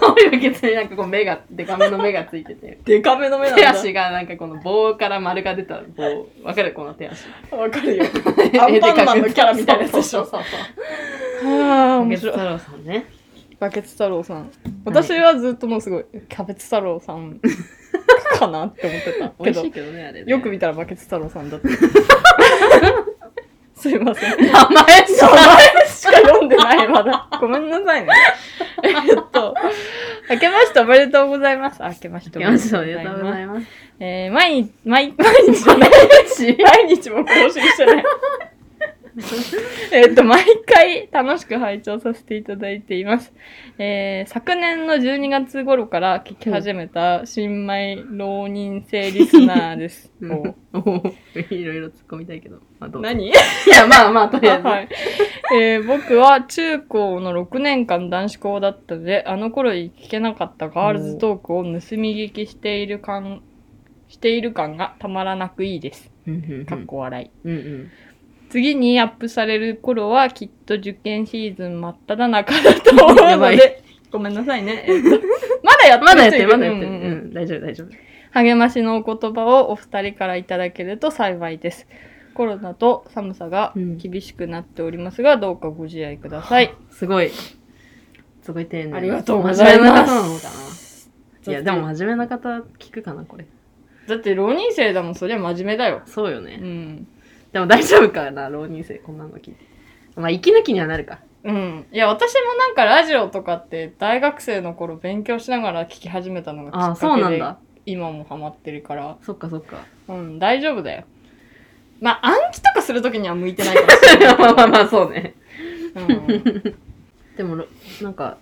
S2: ケツになんかこう目が、デカめの目がついて て。
S1: デカめの目なん
S2: 手
S1: だ。
S2: 足がなんかこの棒から丸が出た棒。わかるこの手 足。
S1: わかる よ。アンパンマンのキャラみたいなやつでしょ
S2: そうそうそう
S1: はあ、
S2: そう。バ
S1: 面
S2: ケツ
S1: 白い
S2: 太。郎さんね。
S1: バケツ太郎さん。私はずっともうすごい、キャベツ太郎さん かなって思ってた
S2: 美
S1: け
S2: 味し
S1: ど
S2: い、けどね、あれね。
S1: よく見たらバケツ太郎さんだ った。すいません。
S2: 名前し
S1: 名
S2: か
S1: 前しか読んでない、まだ。ごめんなさいね。えっと、明けましておめでとうございます。あ明けましておめでとうござい
S2: おめでとうご
S1: ま
S2: ざ
S1: す。
S2: います。
S1: えー、毎日、毎毎日じゃない。毎日も更新してない。えっと、毎回楽しく拝聴させていただいています。えー昨年の12月頃から聞き始めた新米浪人生リスナーです。お
S2: おお いろいろ突っ込みたいけど。まあ、どうぞ
S1: 何
S2: いや、まあまあ、とりあえず。
S1: はいえー僕は中高の6年間男子校だったのであの頃に聞けなかったガールズトークを盗み聞きしている感している感がたまらなくいいです。
S2: うんうん
S1: かっこ笑い。
S2: うんうん。
S1: 次にアップされる頃はきっと受験シーズン真っ只中だと思う
S2: やば
S1: の
S2: い
S1: でごめんなさいね。えっとまだやってる人
S2: まだやって
S1: い
S2: る、まだやっ
S1: うんうん
S2: てる。うん、大丈夫、大丈夫。
S1: 励ましのお言葉をお二人からいただけると幸いです。コロナと寒さが
S2: うん
S1: 厳しくなっておりますが、どうかご自愛ください。
S2: すごい。すごい丁寧な
S1: ありがとうござい
S2: 真面目な
S1: ま
S2: 方なのか
S1: す。
S2: ないや、でも真面目な方聞くかな、これ。
S1: だって浪人生だもん、そりゃ真面目だよ。
S2: そうよ
S1: う
S2: ね。
S1: ん。
S2: でも大丈夫かな、浪人生、こんなの聞いて。まあ、息抜きにはなるか。
S1: うん。いや、私もなんかラジオとかって大学生の頃勉強しながら聞き始めたのがきっ
S2: あ
S1: かけ
S2: あ、
S1: で
S2: そうなんだ。
S1: 今もハマってるから、
S2: そっかそっか。
S1: うん、大丈夫だよ。まあ、暗記とかするときには向いてないかもしれない。
S2: まあまあまあ、そうね。
S1: うん、
S2: でも、ろなんか、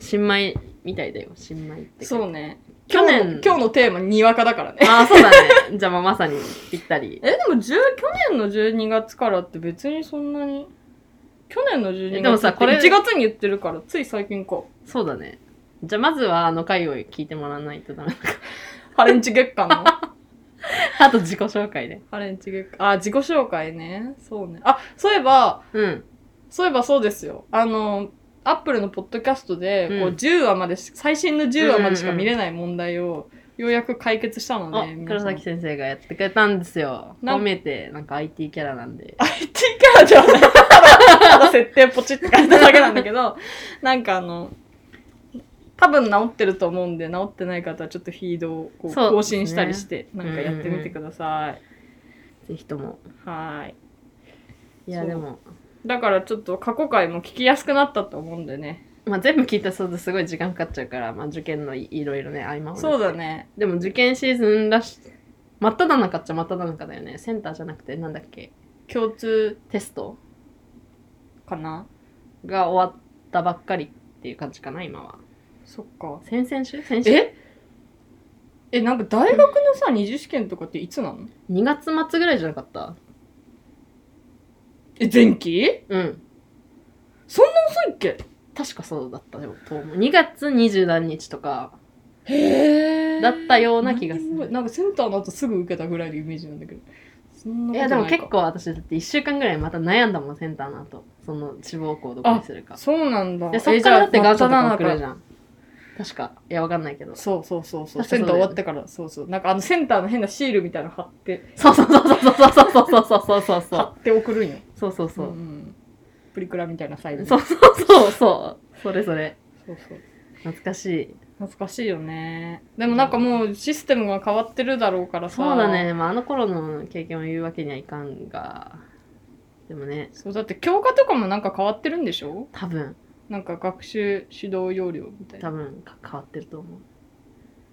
S2: 新米みたいだよ、新米って。
S1: そうね。
S2: 去年
S1: 今日の今日のテーマ、にわかだからね。
S2: ああ、そうだね。じゃあ、まあ、まさにぴったり。
S1: え、でも、10去年の12月からって別にそんなに。去年の12月
S2: えでもさ
S1: って
S2: これ
S1: 1月に言ってるから、つい最近か。
S2: そうだね。じゃあ、まずは、あの回を聞いてもらわないとダメ。
S1: ハレンチ月間 の。
S2: あと、自己紹介で。
S1: ハレンチ月間。あ、自己紹介ね。そうね。あ、そういえば、
S2: うん。
S1: そういえばそうですよ。あの、アップルのポッドキャストで、
S2: うん
S1: こう10話までし、最新の10話までしか見れない問題を、ようやく解決したの
S2: あ
S1: で、、皆
S2: 黒
S1: さん
S2: 崎先生がやってくれたんですよ。
S1: な
S2: 褒めて、なんか IT キャラなんで。
S1: IT キャラではない。ただ、ただ設定ポチって書いただけなんだけ ど、なんかあの、多分治ってると思うんで、治ってない方はちょっとフィードをこう
S2: そう
S1: 更新したりして、な
S2: ね
S1: んかやってみてください。
S2: ぜひとも。
S1: はーい。
S2: いや、
S1: そう
S2: でも、
S1: だからちょっと過去回も聞きやすくなったと思うんでね。
S2: まあ、全部聞いたそうですごい時間かかっちゃうから、まあ、受験のいいろいろね、合間を。
S1: そうだ。ね。
S2: でも、受験シーズンらし、真っ只中っちゃ真っ只中だよね。センターじゃなくて、なんだっけ、
S1: 共通
S2: テスト
S1: かな
S2: が終わったばっかりっていう感じかな、今は。
S1: そっか。
S2: 先々週先週
S1: ええ、なんか大学のさ、二次試験とかっていつなの
S2: ?2 月末ぐらいじゃなかった
S1: え、前期
S2: うん。
S1: そんな遅いっけ
S2: 確かそうだったよ、と思う。2月20何日とか、
S1: へー
S2: だったような気がする
S1: 何もなんかセンターの後すぐ受けたぐらいのイメージなんだけど。そんないこと
S2: や
S1: な
S2: で
S1: い
S2: も
S1: か
S2: 結。構私だって1週間ぐらいまた悩んだもんセンターの後その志望校どこにするか
S1: そうなんだ。
S2: でそっからだってガ
S1: ガ
S2: ン
S1: ン
S2: と
S1: タ
S2: か
S1: な
S2: 送るじゃん確かいやわかんないけどそう
S1: そうそうそうそう。
S2: 確か
S1: セ
S2: そ
S1: ン
S2: うだよね
S1: ター終わってから、そうそう。なんかあのセンターの変なシールみたいなの貼って、
S2: そうそうそうそうそうそうそうそうそう
S1: 貼って送るんよ。
S2: そうそうそ
S1: ん
S2: うん
S1: プリクラみたいなサイズ
S2: そう
S1: う
S2: そうそうそうそれそれ
S1: そうそう。
S2: 懐かしい
S1: 懐かしいよね。でもなんかもうシステムが変わってるだろうからさ。
S2: そうだ。ねまああの頃の経験を言うわけにはいかんがでもね
S1: そう、だって教科とかもなんか変わってるんでしょ
S2: 多分
S1: なんか学習指導要領みたい
S2: 多
S1: な。
S2: 分か変わってると思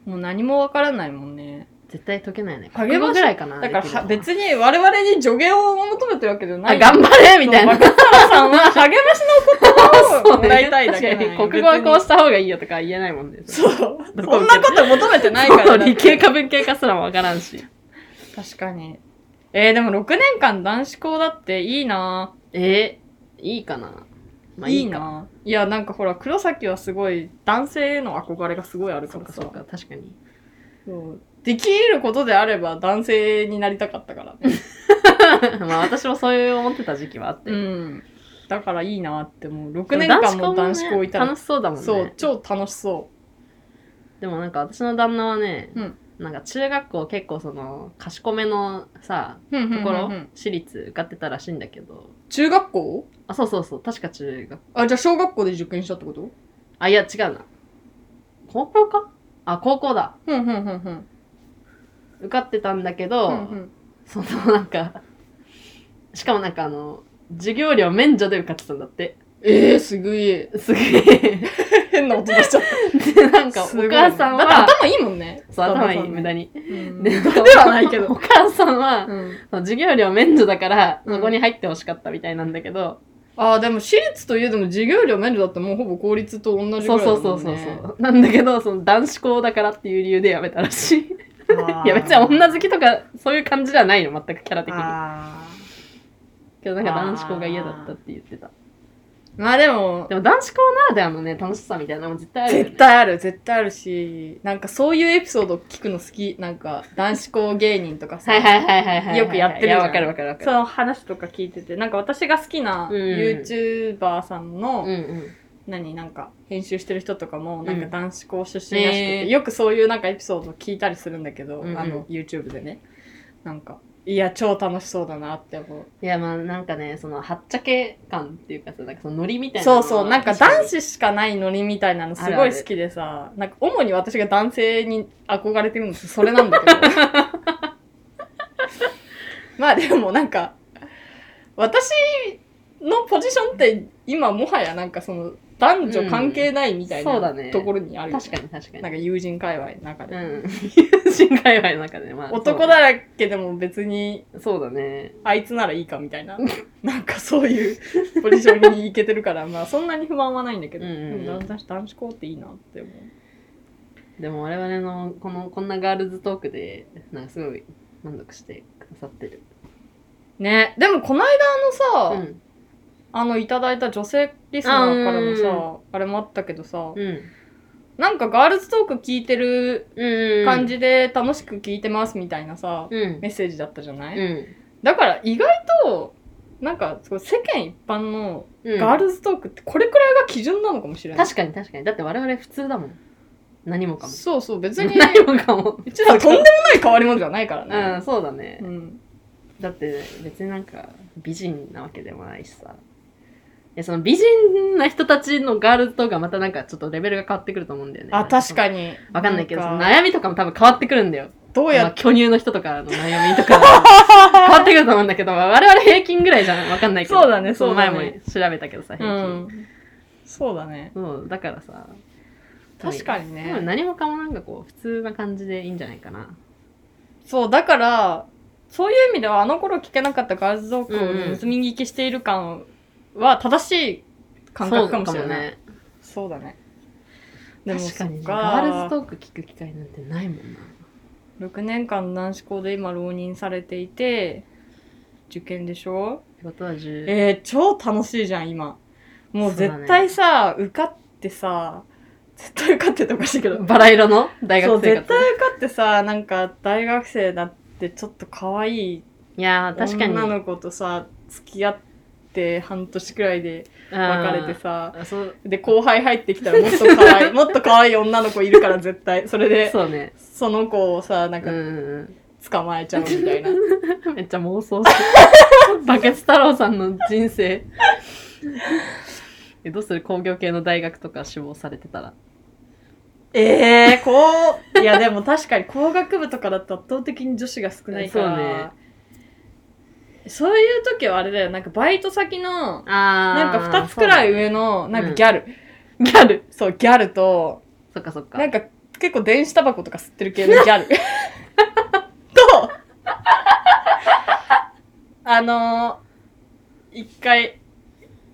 S2: う
S1: もう何もわからないもんね。
S2: 絶対解けないね
S1: 励まし
S2: 国語ぐらいかな
S1: だから
S2: できるの
S1: は
S2: は
S1: 別に我々に助言を求めてるわけじゃな
S2: あ
S1: い。
S2: 頑張れみたいな
S1: 若原さんは励ましの言 葉をもらいたいだけ
S2: 確かに国語はこうした方がいいよとか言えないもんね。
S1: う。そう。
S2: どこ
S1: そんなこと求めてないか
S2: そう
S1: ら。
S2: 理系か文系かすらもわからんし。
S1: 確かに。えー、でも6年間男子校だっていいな
S2: えー、いいかな。まあ
S1: いい
S2: か。
S1: ないや、なんかほら、黒崎はすごい男性への憧れがすごいあるか
S2: そう
S1: ら
S2: か
S1: さ。
S2: そうか、確かに。
S1: そうできることであれば男性になりたかったからね。
S2: まあ私もそう いう思ってた時期はあって。
S1: うん。だからいいなって思う。6
S2: で
S1: 年
S2: も
S1: 間も男子校いたら、
S2: 楽しそうだもんね。
S1: そう、超楽しそう。
S2: でもなんか私の旦那はね、
S1: うん
S2: なんか中学校結構その、賢めのさ、
S1: と
S2: ところ、私立受かってたらしいんだけど。
S1: 中学校
S2: あ、そうそうそう、確か中学。
S1: あじゃあ小学校で受験したってこと
S2: あ、いや違うな。高校かあ、高校だ。
S1: うんうんうんうん
S2: 受かってたんだけど、
S1: うん
S2: そのなんか、しかもなんかあの、授業料免除で受かってたんだって。
S1: ええー、すごい
S2: す げえ。
S1: 変な音出しちゃっ
S2: で、なん
S1: た
S2: かお母さん
S1: だって
S2: は、
S1: 頭いいもんね
S2: そう、頭いい、無
S1: 無駄
S2: 駄
S1: に
S2: に。
S1: で
S2: で
S1: はないけど
S2: お母さんは、
S1: うん
S2: その授業料免除だから、
S1: うん
S2: そこに入ってほしかったみたいなんだけど、
S1: ああでも私立といえども授業料免除だってもうほぼ公立と同じぐ
S2: そ
S1: ら
S2: う
S1: いだ
S2: そ
S1: も、
S2: う
S1: ね、
S2: んそうそうそう。なんだけど、その男子校だからっていう理由でやめたらしい。
S1: あー
S2: いや、別に女好きとか、そういう感じじゃないの、全くキャラ的に。
S1: あ
S2: けどなんか男子校が嫌だったって言ってた。
S1: ーまあでも
S2: でも男子校ならではのね、楽しさみたいなのも絶対あるよね
S1: 絶。対ある絶対あるしなんかそういうエピソード聞くの好きなんか男子校芸人とかさ
S2: はいはいはいはいはいはい。
S1: よくやってるじゃん
S2: いわかるわかるわかる。
S1: その話とか聞いててなんか私が好きな
S2: うん
S1: YouTuber さんの、
S2: うんうん。
S1: 何なんか編集してる人とかもなんか男子校出身らしくて、
S2: えー
S1: よくそういうなんかエピソードを聞いたりするんだけど、
S2: うんうん
S1: あの YouTube でねなんかいや超楽しそうだなって思う
S2: いやまあなんかねそのはっちゃけ感っていうかさなんかそのノリみたいなの
S1: そ
S2: は
S1: うそうなんか男子しかないノリみたいなのす
S2: ある
S1: ご
S2: あ
S1: い
S2: る
S1: 好きでさなんか主に私が男性に憧れてるのってそれなんだけど まあでもなんか私のポジションって今もはやなんかその男女関係ないみたい
S2: うんそうだ
S1: な
S2: ね
S1: ところにあるよね
S2: 確かに確かに
S1: なんか友人界隈の中
S2: う
S1: で、
S2: ん 友人界隈の中でまあ
S1: 男だらけでも別に
S2: そうだね
S1: あいつならいいかみたいな なんかそういうポジションにいけてるからまあそんなに不満はないんだけど、
S2: うんうんうん
S1: でも男子男子校っていいなって思う。
S2: でも我々のこのこんなガールズトークでなんかすごい満足してくださってる
S1: ね、でもこの間のさ、
S2: ん
S1: あのいただいた女性リスナーからの
S2: あ
S1: さあれもあったけどさ、
S2: うん
S1: なんかガールズトーク聞いてる
S2: うん
S1: 感じで楽しく聞いてますみたいなさ、
S2: うん
S1: メッセージだったじゃない、
S2: うん
S1: だから意外となんかすごい世間一般の
S2: うん
S1: ガールズトークってこれくらいが基準なのかもしれない。
S2: 確かに確かにだって我々普通だもん何もかも
S1: そうそう別 に
S2: 何もかも
S1: うちらとんでもない変わり者じゃないから
S2: う
S1: ね
S2: ん。そうだね
S1: うん
S2: だって別になんか美人なわけでもないしさいやその美人な人たちのガールズとかまたなんかちょっとレベルが変わってくると思うんだよね
S1: あ確
S2: に
S1: かに。
S2: わかんないけどその
S1: なんか
S2: 悩みとかも多分変わってくるんだよ
S1: どう
S2: ま
S1: や
S2: あ、
S1: って
S2: 巨乳の人とかの悩みと か変わってくると思うんだけど、まあ我々平均ぐらいじゃんわかんないけど
S1: そうだねそうだね
S2: 前も調べたけどさ
S1: う
S2: 平均、
S1: ん、そうだね。
S2: そうだからさ
S1: 確かに
S2: 多分
S1: ね。
S2: 何もかもなんかこう普通な感じでいいんじゃないかな
S1: そうだからそういう意味ではあの頃聞けなかったガールズトーク
S2: うんうん
S1: を盗み聞きしている感は正しい感覚かもしれない。
S2: そ
S1: そ
S2: う
S1: うだね。で
S2: かもね
S1: も
S2: 確かにね
S1: そっ
S2: ガールズトーク聞く機会なんてないもんな
S1: 6年間男子校で今浪人されていて受験でしょ
S2: ってことは10
S1: えー、超楽しいじゃん今もう
S2: そうだね
S1: 絶対さ、受かってさ絶対受かってっておかしいけど
S2: バラ色の大
S1: そう
S2: 学生
S1: 絶
S2: 活
S1: 対受かってさなんか大学生だってちょっと可愛い
S2: いやー確かに
S1: 女の子とさ付き合って半年くらいで別れてさ
S2: あーそう
S1: で後輩入ってきたらもっと可 愛いもっと可愛い女の子いるから絶対それで
S2: そうね
S1: その子をさなん
S2: うん
S1: か
S2: うん
S1: 捕まえちゃうみたいな、
S2: うん めっちゃ妄想する バケツ太郎さんの人生えどうする工業系の大学とか志望されてたら
S1: ええこ う、いやでも確かに工学部とかだと圧倒的に女子が少ないから。
S2: そうね
S1: そういう時はあれだよ、なんかバイト先の、
S2: あ
S1: なんか2つくらい上の、なんかギャル、
S2: ギャル
S1: そう、ギャルと、
S2: そっかそっか
S1: なんか結構電子タバコとか吸ってる系のギ ャル。と、あのー、一回、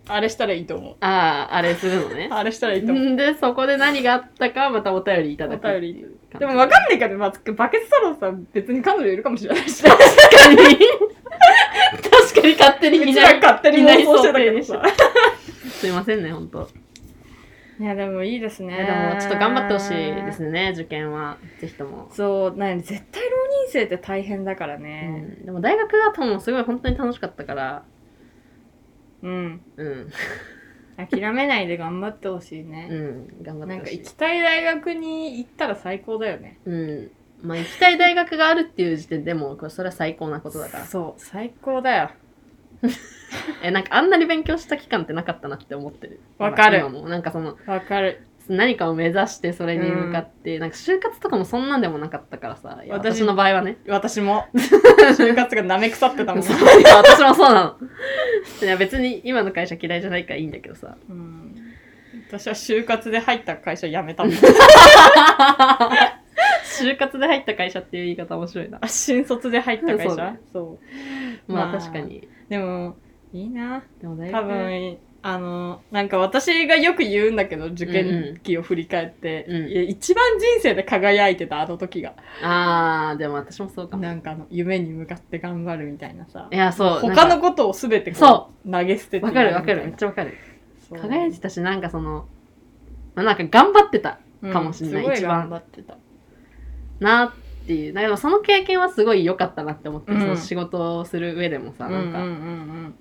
S1: あれしたらいいと思う。
S2: あああれするの ね
S1: あれしたらいいと思う。
S2: んでそこで何があったかまたお便りいただく
S1: お便り
S2: っていう感じ
S1: でもわかんないからね、まあ、バケツ太郎さん別に彼女いるかもしれないし。
S2: 確かに 確かに勝手 に
S1: み
S2: 見
S1: ん
S2: な
S1: ない勝手に
S2: 見ない
S1: 妄想して
S2: 想
S1: たけ
S2: 定
S1: ど
S2: にし
S1: さ
S2: て。すいませんね本当
S1: いや、でもいいですね。
S2: いやでもちょっと頑張ってほしいですね受験はぜひとも、
S1: そう、なんや絶対浪人生って大変だから
S2: う
S1: ね。
S2: ん、でも大学だともうすごい本当に楽しかったから
S1: うん。
S2: うん
S1: 諦めないで頑張ってほしいね。
S2: うん頑張っ
S1: な
S2: て
S1: ん
S2: ほ
S1: か
S2: し
S1: 行
S2: い
S1: きたい大学に行ったら最高だよね。
S2: うんまあ行きたい大学があるっていう時点でもうこれそれは最高なことだ から
S1: そう、最高だよ。
S2: えなんかあんなに勉強した期間ってなかったなって思ってる
S1: わかる
S2: 今もなんかその
S1: わかる。
S2: 何かを目指してそれに向かって、なんか就活とかもそんなんでもなかったからさいや
S1: 私
S2: 私の場合はね
S1: 私 も、就活が舐め腐ってたもん。
S2: そういや私もそうなのいや別に今の会社嫌いじゃないからいいんだけど さ
S1: うん。私は就活で入った会社辞めたもん。
S2: 就活で入った会社っていう言い方面白いな
S1: あ新卒で入った会
S2: そう
S1: 社
S2: だ
S1: そう
S2: まあ、
S1: まあ
S2: 確かに
S1: でも、いいな。
S2: でも大
S1: 多分あのなんか私がよく言うんだけど受験期を振り返って、
S2: うんうん
S1: いや一番人生で輝いてたあの時が、
S2: あーでも私もそうかも
S1: なんかあの夢に向かって頑張るみたいなさ
S2: いやそう
S1: 他
S2: なん
S1: の
S2: か
S1: ことを全てこ
S2: そう
S1: 投げ捨てて
S2: わかるわかるめっちゃわかる輝いて
S1: て
S2: たしなんかその、まあ、なんか頑張ってたかもしんない
S1: すごい
S2: 一番
S1: 頑張ってた
S2: なっていうだけどその経験はすごい良かったなって思ってる、
S1: うん
S2: その仕事をする上でもさ、
S1: うんうん
S2: なんか
S1: うん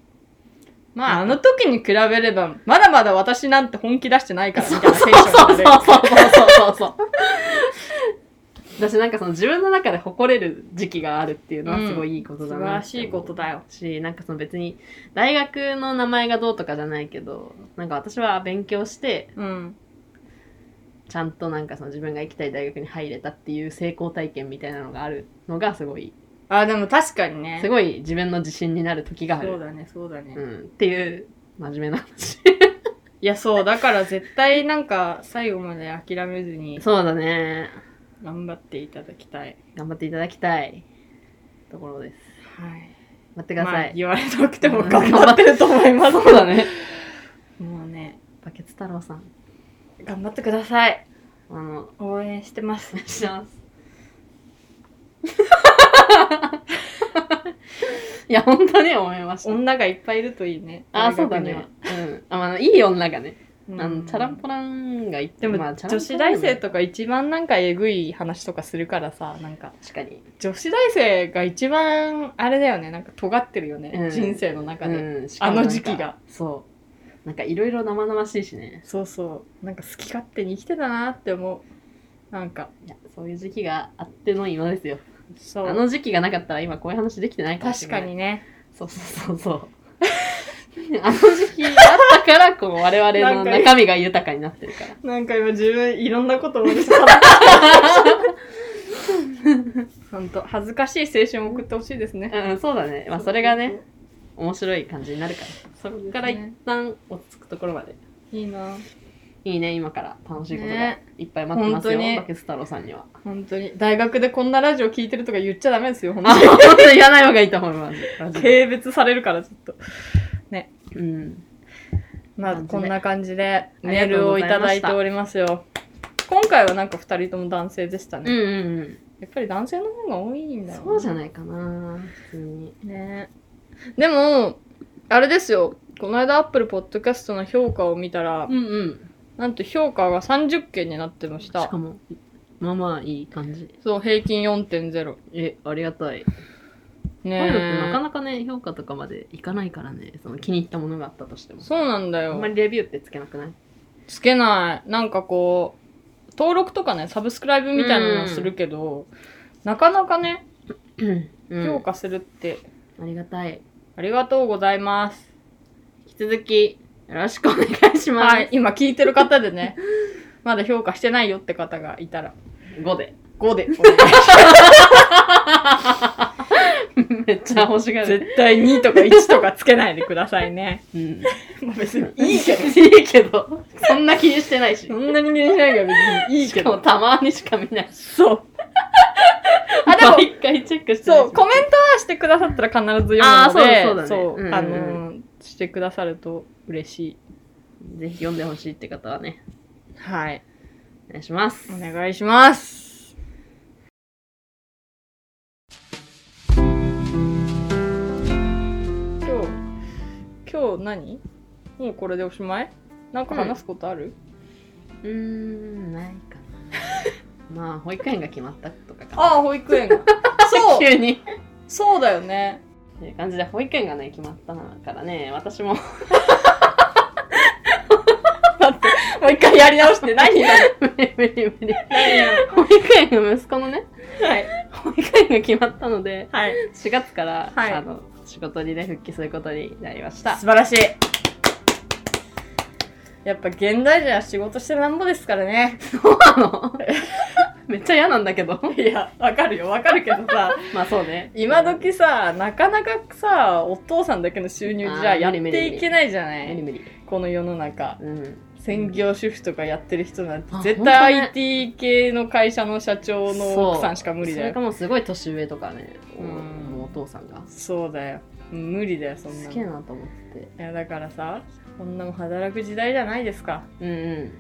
S1: まあ、あの時に比べれば、まだまだ私なんて本気出してないから、みたいなテンション
S2: そうそう
S1: で
S2: そうそうそうそう。私なんかその自分の中で誇れる時期があるっていうのはすごいいいことだな、
S1: 素晴らしいことだよ。
S2: し、なんかその別に大学の名前がどうとかじゃないけど、なんか私は勉強して、
S1: うん。
S2: ちゃんとなんかその自分が行きたい大学に入れたっていう成功体験みたいなのがあるのがすごい、
S1: あ、でも確かにね。
S2: すごい自分の自信になる時があ
S1: そう
S2: る。
S1: だね、そうだね。
S2: うん、っていう真面目な
S1: い
S2: 話。
S1: や、そう、だから絶対なんか、最後まで諦めずに、
S2: そうだね。
S1: 頑張っていただきたい。
S2: 頑張っていただきたいところです。
S1: はい。
S2: 待ってください。
S1: 言われなくても頑張ってると思います。
S2: そうだ ね。
S1: もうね、
S2: バケツ太郎さん。
S1: 頑張ってください。
S2: あの、
S1: 応援してます
S2: お。願い します。いや、本当に思いました。
S1: 女がいっぱいいるといいね。
S2: あ、そうだね。うん。あ、まあ、いい女が
S1: 大
S2: ね。
S1: 学には。
S2: あ
S1: う
S2: の、チャランポランがいって
S1: でも、
S2: まあ、チャランポラン
S1: 女子大生とか一番なんかえぐい話とかするからさ、なんか、
S2: 確かに。
S1: 女子大生が一番、あれだよね、なんか尖ってるよね。
S2: うん
S1: 人生の中で。
S2: うん、しかもなんか
S1: あの時期が。
S2: そう。なんか、いろいろ生々しいしね。
S1: そうそう。なんか好き勝手に生きてたなって思う。なんか、
S2: いや、そういう時期があっての今ですよ。
S1: そ
S2: あ
S1: う。
S2: の時期がなかったら今こういう話できてないかもし
S1: 確
S2: れな
S1: か
S2: い。
S1: にね。
S2: そうそうそうそう。 あの時期あったから、こう、我々の中身が豊かになってるから。
S1: なんか今自分いろんなこと思いそう。 ほんと、恥ずかしい青春を送ってほしいですね。
S2: うん、そうだね。まあ、それがね、面白い感じになるから。そこから一旦落ち着くところまで。
S1: いいな
S2: いいね、今から楽しいことが
S1: ね
S2: いっぱい待ってます
S1: 本当
S2: よ、
S1: に
S2: バケツ太郎さんには。
S1: 本当に。大学でこんなラジオ聞いてるとか言っちゃダメです よ、本
S2: あ、
S1: 当に。
S2: 本当に言わない方がいいと思います。マジで
S1: 軽蔑されるから、ちょっと。
S2: うん。
S1: まあ、
S2: 感じで
S1: こんな感じでメ
S2: あ
S1: ー
S2: りが
S1: ル
S2: とうご
S1: を
S2: ざ
S1: い
S2: いまし
S1: た
S2: た
S1: だいておりますよ。今回はなんか2人とも男性でした
S2: うんう
S1: ね。
S2: ん
S1: やっぱり男性の方が多いん
S2: うん。
S1: だろ
S2: そうじゃ
S1: い
S2: ないかな、普通に。
S1: ねでも、あれですよ。この間、アップルポッドキャストの評価を見たら、
S2: うんうん。
S1: なんと評価が30件になってまし。
S2: したかも、まあまあいい感じ。
S1: そう、平均4.0。
S2: え、ありがたい。こういうのってなか
S1: ねえ。
S2: なかね、評価とかまでいかないからね、その気に入ったものがあったとしても。
S1: そうなんだ
S2: あん
S1: よ
S2: ま。りレビューってつけなくない
S1: つけない。なんかこう、登録とかね、サブスクライブみたいなのはするけど、なかなかね、
S2: うん
S1: 評価するって、
S2: ありがたい。
S1: ありがとうございます。
S2: 引き続き、よろしくお願いします。
S1: はい、今聞いてる方で ね、まだ評価してないよって方がい たら、
S2: 5で。
S1: 5でお願いします。
S2: めっちゃ欲しがる。
S1: 絶対2とか1とかつけないでくださいね。
S2: うん、
S1: まあ別にい
S2: いい
S1: い
S2: け
S1: け
S2: ど。
S1: ど、
S2: いいけど。そんな気にしてないし
S1: そ。んなに気にしないから別にいい
S2: し
S1: け
S2: かも
S1: ど。
S2: たまにしか見ないし。
S1: そう。 あ、でも、
S2: 毎回チェックしてないし。
S1: そう、コメントはしてくださったら必ず読むので、
S2: あーそうだそうだねうんうんうん
S1: あのー、してくださると嬉しい。
S2: ぜひ読んでほしいって方はね、
S1: はい。
S2: お願いします。
S1: お願いします。今日、今日何もうこれでおしまいなんか話すことある、
S2: うーん、ないか な。まあ、保育園が決まったとかかな。
S1: ああ、保育園 が。そう
S2: 急に。
S1: そうだよね。
S2: という感じで保育園がね決まったからね私 も
S1: もう一回やり直して何今の
S2: 無理無理無理保育園の息子のね
S1: はい。
S2: 保育園が決まったので
S1: はい。
S2: 4月から、
S1: はい
S2: あの仕事にね復帰することになりました
S1: 素晴らしい。やっぱ現代人は仕事してなんぼですからね。
S2: そうなの めっちゃ嫌なんだけど
S1: いや、わかるよ、わかるけどさ。
S2: まあそうね
S1: 今時さなかなかさお父さんだけの収入じ
S2: あ
S1: ゃ
S2: ー
S1: やっていけないじゃな
S2: 無理
S1: い
S2: 無理
S1: この世の中
S2: うん
S1: 専業主婦とかやってる人なんて
S2: あ
S1: 絶
S2: ほん
S1: 対
S2: と
S1: IT 系の会社の社長の奥さんしか無理
S2: そ
S1: だ
S2: れか
S1: よ
S2: もうすごい年上とかね
S1: うん
S2: もうお父さんが
S1: そうだよ無理だよそん
S2: す
S1: な
S2: げえ
S1: のい
S2: なと思って
S1: やだからさこんなもん働く時代じゃないですか
S2: うんうん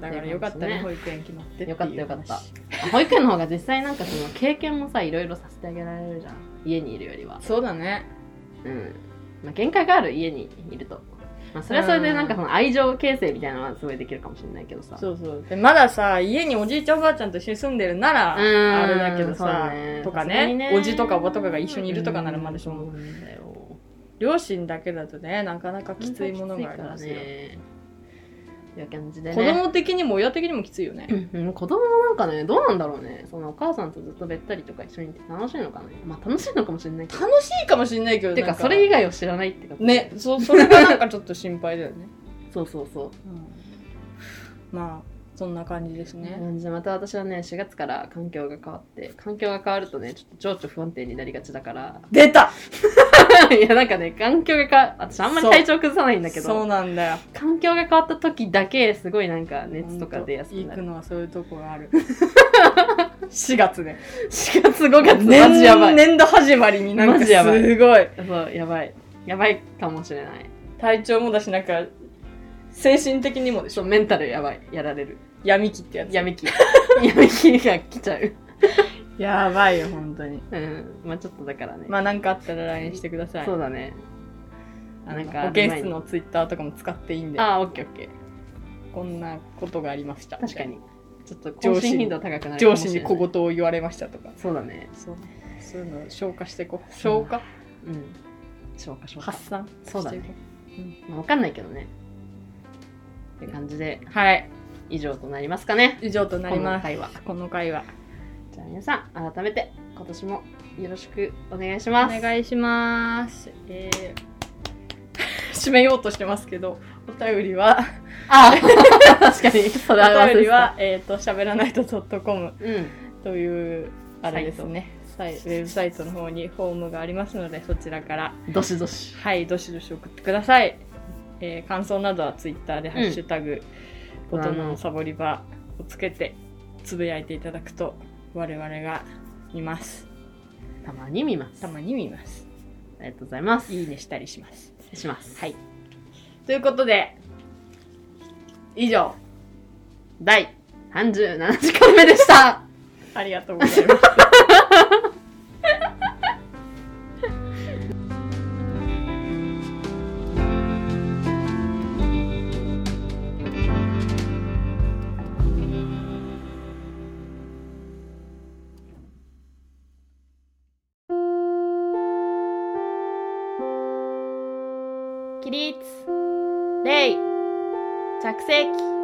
S1: だからよかったね
S2: そうです
S1: 保育
S2: ね
S1: 園決まってていう
S2: よかったよかった
S1: 話
S2: あ保育園の方が実際なんかその経験もさいろいろさせてあげられるじゃん家にいるよりは
S1: そうだね
S2: うんまあ限界がある家にいるとまあそれはそれでなんかその愛情形成みたいなのはすごいできるかもしれないけどさ
S1: そうそうでまださ家におじいちゃんおばあちゃんと一緒に住んでるなら
S2: うん
S1: あれだけど
S2: そうだ
S1: さ
S2: ね
S1: とか
S2: さすがに
S1: ねおじとかおばとかが一緒にいるとかならまだしも
S2: うんそうなんだよ
S1: 両親だけだとねなかなかきついものがありますよ、
S2: ね。という感じでね。
S1: 子供的にも親的にもきついよね、
S2: うん子供もなんかね、どうなんだろうね。そのお母さんとずっとべったりとか一緒にいて楽しいのかな。まあ楽しいのかもしれないけど。
S1: 楽しいかもしれないけど
S2: てか、
S1: なん
S2: それ以外を知らないって感じ。
S1: ね。そそれがなんかちょっと心配だよね、
S2: そうそうそう。
S1: まあそんな感じですね、
S2: 感じでまた私はね、4月から環境が変わって、環境が変わるとね、ちょっと情緒不安定になりがちだから。
S1: 出た
S2: いや、なんかね、環境が変わ、私あんまり体調崩さないんだけ
S1: そう
S2: ど、
S1: なんだよ
S2: 環境が変わった時だけ、すごいなんか熱とか出やすく
S1: 行
S2: な
S1: く
S2: る。
S1: のはそういうとこがあ る4月ね
S2: 4月5月、
S1: 年
S2: マジやばい。
S1: 年度始まりになん
S2: マ
S1: か
S2: ジやばい
S1: すごい
S2: そう、やばい。やばいかもしれない。
S1: 体調もだしなんか精神的にもでし
S2: そ
S1: ょ
S2: う、メンタルやばい。やられる。
S1: 闇期 ってやつ
S2: 闇期。闇期が来ちゃう。
S1: やばいよ本当に
S2: うん。まあちょっとだからね。
S1: まあ何かあったら LINE してください
S2: そうだね。
S1: あなん
S2: なんか
S1: か保健室の Twitter とかも使っていいんで
S2: ああ、オッケーオッケー。
S1: こんなことがありました
S2: 確かに。ちょっと
S1: 上
S2: 更
S1: 司に
S2: 新頻度高くなるか
S1: 上
S2: もし
S1: 司
S2: れな
S1: に
S2: い。
S1: 小言を言われましたとか
S2: そうだね。
S1: そうそういうのを消化していこう消化
S2: うん。消化消化
S1: 発。散
S2: そうだね
S1: していこ
S2: まあわかんないけどね。って感じで、
S1: はい
S2: 以上となりますかね。
S1: 以上となり
S2: この
S1: ます
S2: 回は。
S1: この回は
S2: じゃあ皆さん、改めて今年もよろしくお願いし
S1: お
S2: ます。
S1: 願いします。えー 締めようとしてますけど、お便りは、
S2: ああ、 確かに。それは
S1: お
S2: 忘れ
S1: 便
S2: て
S1: りは
S2: た。、
S1: えっ、と、しゃべらないと .com
S2: うん。
S1: という、あれですね、サイウェブサイトの方にフォームがありますので、そちらから、
S2: どしどし。
S1: はい、どしどし送ってください。えー感想などはツイッターで、ハッシュタグ、
S2: うん
S1: ことのサボり場をつけて、つぶやいていただくと、我々が見ます。
S2: たまに見ます。
S1: たまに見ます。
S2: ありがとうございます。
S1: いいねしたりします。
S2: します。
S1: はい。ということで、以上、
S2: 第37時間目でした。
S1: ありがとうございます。
S2: 起立礼着席